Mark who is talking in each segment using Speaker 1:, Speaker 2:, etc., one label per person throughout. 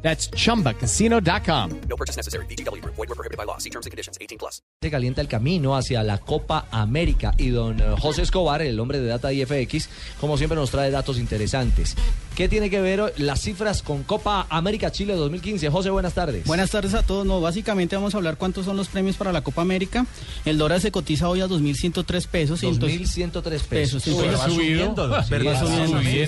Speaker 1: That's chumbacasino.com.
Speaker 2: No purchase necessary. BGW. Void were prohibited by law. See terms and conditions. 18 plus.
Speaker 3: Se calienta el camino hacia la Copa América y don eh, José Escobar, el hombre de Data IFX, como siempre nos trae datos interesantes. ¿Qué tiene que ver eh, las cifras con Copa América Chile 2015? José, buenas tardes.
Speaker 4: Buenas tardes a todos. No, básicamente vamos a hablar cuántos son los premios para la Copa América. El dólar se cotiza hoy a 2.103 pesos. Entonces,
Speaker 3: 2.103 pesos.
Speaker 4: Pesos, Pues sí,
Speaker 3: Entonces,
Speaker 4: va
Speaker 3: subiendo, sí,
Speaker 4: está
Speaker 3: va
Speaker 4: subiendo, sí, está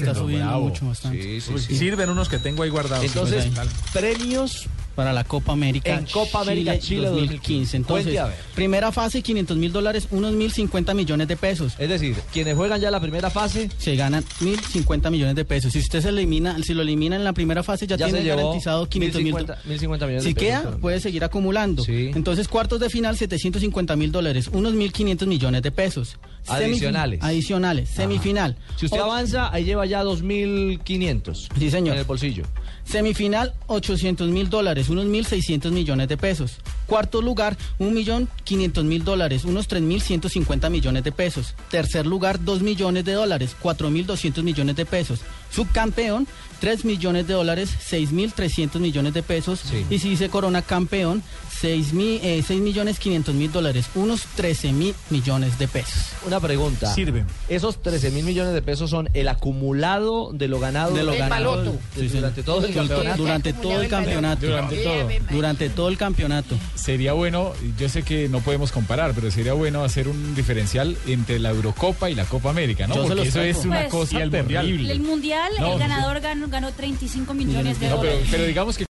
Speaker 3: subiendo,
Speaker 4: subiendo
Speaker 3: bravo.
Speaker 4: mucho, bastante.
Speaker 3: Sí, sí,
Speaker 5: Uy,
Speaker 3: sí.
Speaker 5: Sirven unos que tengo ahí guardados.
Speaker 3: Entonces,
Speaker 4: Pues
Speaker 3: premios
Speaker 4: Para la Copa América.
Speaker 3: En Copa América Chile 2015. Cuente
Speaker 4: Entonces,
Speaker 3: a ver.
Speaker 4: primera fase, 500 mil dólares, unos 1.050 millones de pesos.
Speaker 3: Es decir, quienes juegan ya la primera fase,
Speaker 4: Se ganan 1.050 millones de pesos. Si usted se elimina, si lo elimina en la primera fase, ya,
Speaker 3: ya, se
Speaker 4: tiene
Speaker 3: llevó
Speaker 4: garantizado 500 mil.
Speaker 3: 1.050 1.050 millones de pesos.
Speaker 4: Si queda, pues, puede seguir acumulando.
Speaker 3: Sí.
Speaker 4: Entonces, cuartos de final, 750 mil dólares, unos 1.500 millones de pesos. Semifin-
Speaker 3: Adicionales.
Speaker 4: adicionales, semifinal.
Speaker 3: Si usted
Speaker 4: O-
Speaker 3: avanza, ahí lleva ya 2.500.
Speaker 4: Sí, señor.
Speaker 3: En el bolsillo.
Speaker 4: Semifinal, 800 mil dólares, unos 1.600 millones de pesos. Cuarto lugar, 1.500.000 dólares, unos 3.150 millones de pesos. Tercer lugar, 2 millones de dólares, 4.200 millones de pesos. Subcampeón, 3 millones de dólares, 6.300 millones de pesos.
Speaker 3: Sí.
Speaker 4: Y si se corona campeón, 6, eh, 6 millones 500 mil dólares, unos 13 mil millones de pesos.
Speaker 3: Una pregunta.
Speaker 5: Sirven.
Speaker 3: Esos 13 mil millones de pesos son el acumulado de lo ganado
Speaker 4: De lo
Speaker 3: del-
Speaker 4: ganado.
Speaker 3: del-
Speaker 4: Sí, sí.
Speaker 3: durante todo el
Speaker 4: Durante-
Speaker 3: campeonato.
Speaker 4: Durante todo el campeonato.
Speaker 5: Durante todo.
Speaker 4: Durante todo el campeonato.
Speaker 5: Sería bueno, yo sé que no podemos comparar, pero sería bueno hacer un diferencial entre la Eurocopa y la Copa América, ¿no?
Speaker 4: Yo se
Speaker 5: Porque
Speaker 4: los
Speaker 5: eso
Speaker 4: traigo.
Speaker 5: es una
Speaker 6: Pues,
Speaker 5: cosa
Speaker 6: Y el
Speaker 5: terrible.
Speaker 6: El mundial,
Speaker 5: No,
Speaker 6: el ganador ganó, ganó 35 millones de
Speaker 5: No, pero,
Speaker 6: dólares.
Speaker 5: pero digamos que